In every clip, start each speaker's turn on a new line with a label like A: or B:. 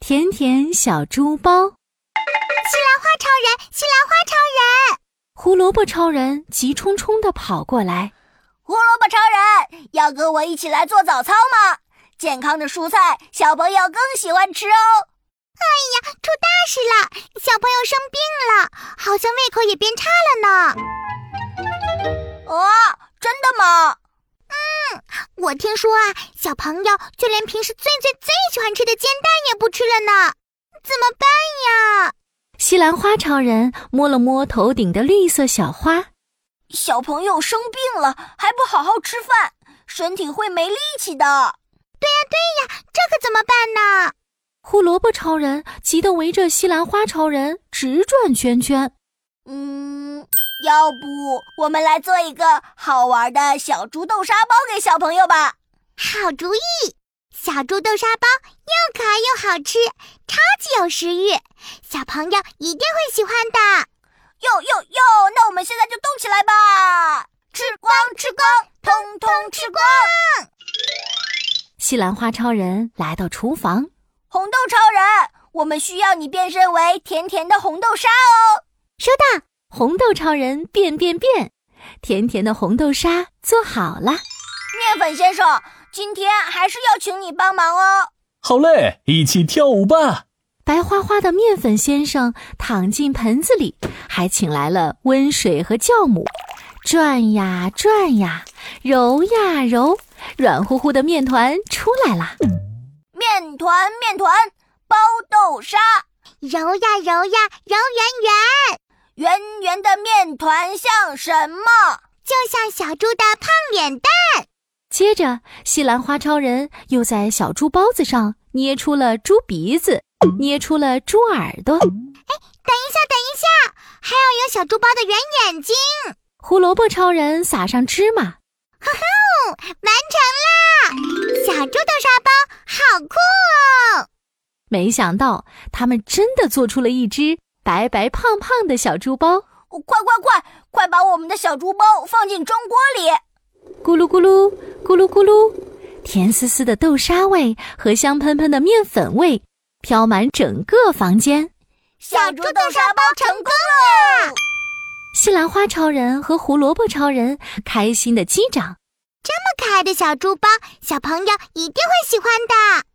A: 甜甜小猪包，
B: 西兰花超人，西兰花超人，
A: 胡萝卜超人急冲冲地跑过来。
C: 胡萝卜超人，要跟我一起来做早操吗？健康的蔬菜，小朋友更喜欢吃哦。
B: 哎呀，出大事了！小朋友生病了，好像胃口也变差了呢。
C: 哦，真的吗？
B: 嗯我听说啊，小朋友就连平时最最最喜欢吃的煎蛋也不吃了呢，怎么办呀？
A: 西兰花超人摸了摸头顶的绿色小花，
C: 小朋友生病了还不好好吃饭，身体会没力气的。
B: 这可怎么办呢？
A: 胡萝卜超人急得围着西兰花超人直转圈圈。
C: 嗯，要不我们来做一个好玩的小猪豆沙包给小朋友吧？
B: 好主意！小猪豆沙包又可爱又好吃，超级有食欲，小朋友一定会喜欢的。
C: 哟哟哟！那我们现在就动起来吧！吃光吃光，通通吃光！
A: 西兰花超人来到厨房，
C: 红豆超人，我们需要你变身为甜甜的红豆沙哦。
B: 收到，
A: 红豆超人变变变，甜甜的红豆沙做好了。
C: 面粉先生，今天还是要请你帮忙哦。
D: 好嘞，一起跳舞吧！
A: 白花花的面粉先生躺进盆子里，还请来了温水和酵母，转呀转呀，揉呀揉，软乎乎的面团出来啦。
C: 面团面团，包豆沙，
B: 揉呀揉呀揉圆圆，
C: 圆圆的面团像什么？
B: 就像小猪的胖脸蛋。
A: 接着，西兰花超人又在小猪包子上捏出了猪鼻子，捏出了猪耳
B: 等
A: 朵。
B: 一下，等一下，还要有小猪包的圆眼睛。
A: 胡萝卜超人撒上芝麻，
B: 完成啦！小猪豆沙包好酷哦！
A: 没想到他们真的做出了一只白白胖胖的小猪包，
C: 快快快，快把我们的小猪包放进蒸锅里！
A: 咕噜咕噜，咕噜咕噜，甜丝丝的豆沙味和香喷喷的面粉味飘满整个房间。
C: 小猪豆沙包成功！
A: 西兰花超人和胡萝卜超人开心的击掌。
B: 这么可爱的小猪包，小朋友一定会喜欢的。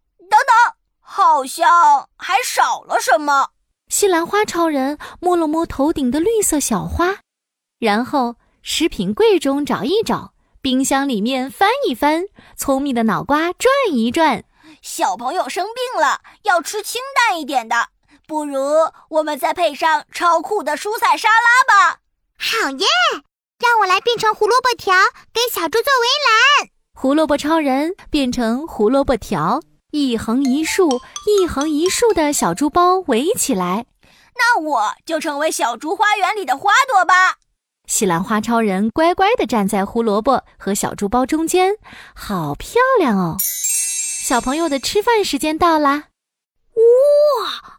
C: 好像还少了什么。
A: 西兰花超人摸了摸头顶的绿色小花，然后食品柜中找一找，冰箱里面翻一翻，聪明的脑瓜转一转。
C: 小朋友生病了，要吃清淡一点的。不如我们再配上超酷的蔬菜沙拉吧。
B: 好耶！让我来变成胡萝卜条，给小猪做围栏。
A: 胡萝卜超人变成胡萝卜条，一横一竖，一横一竖的小猪包围起来。
C: 那我就成为小猪花园里的花朵吧。
A: 西兰花超人乖乖地站在胡萝卜和小猪包中间，好漂亮哦！小朋友的吃饭时间到啦，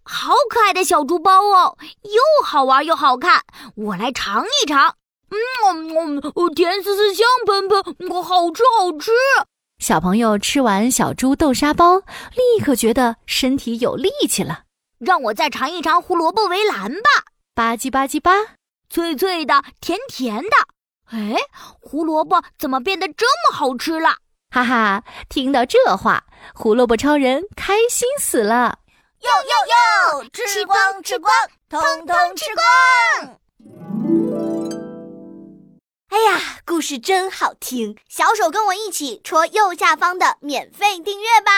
E: 好可爱的小猪包哦，又好玩又好看，我来尝一尝。嗯，嗯嗯甜丝丝、香喷喷，嗯好吃好吃。
A: 小朋友吃完小猪豆沙包，立刻觉得身体有力气了。
E: 让我再尝一尝胡萝卜围栏吧，
A: 吧唧吧唧吧，
E: 脆脆的，甜甜的。哎，胡萝卜怎么变得这么好吃了？
A: 哈哈！听到这话，胡萝卜超人开心死了。
C: 哟哟哟，吃光吃光，通通吃光！
F: 哎呀，故事真好听，小手跟我一起戳右下方的免费订阅吧。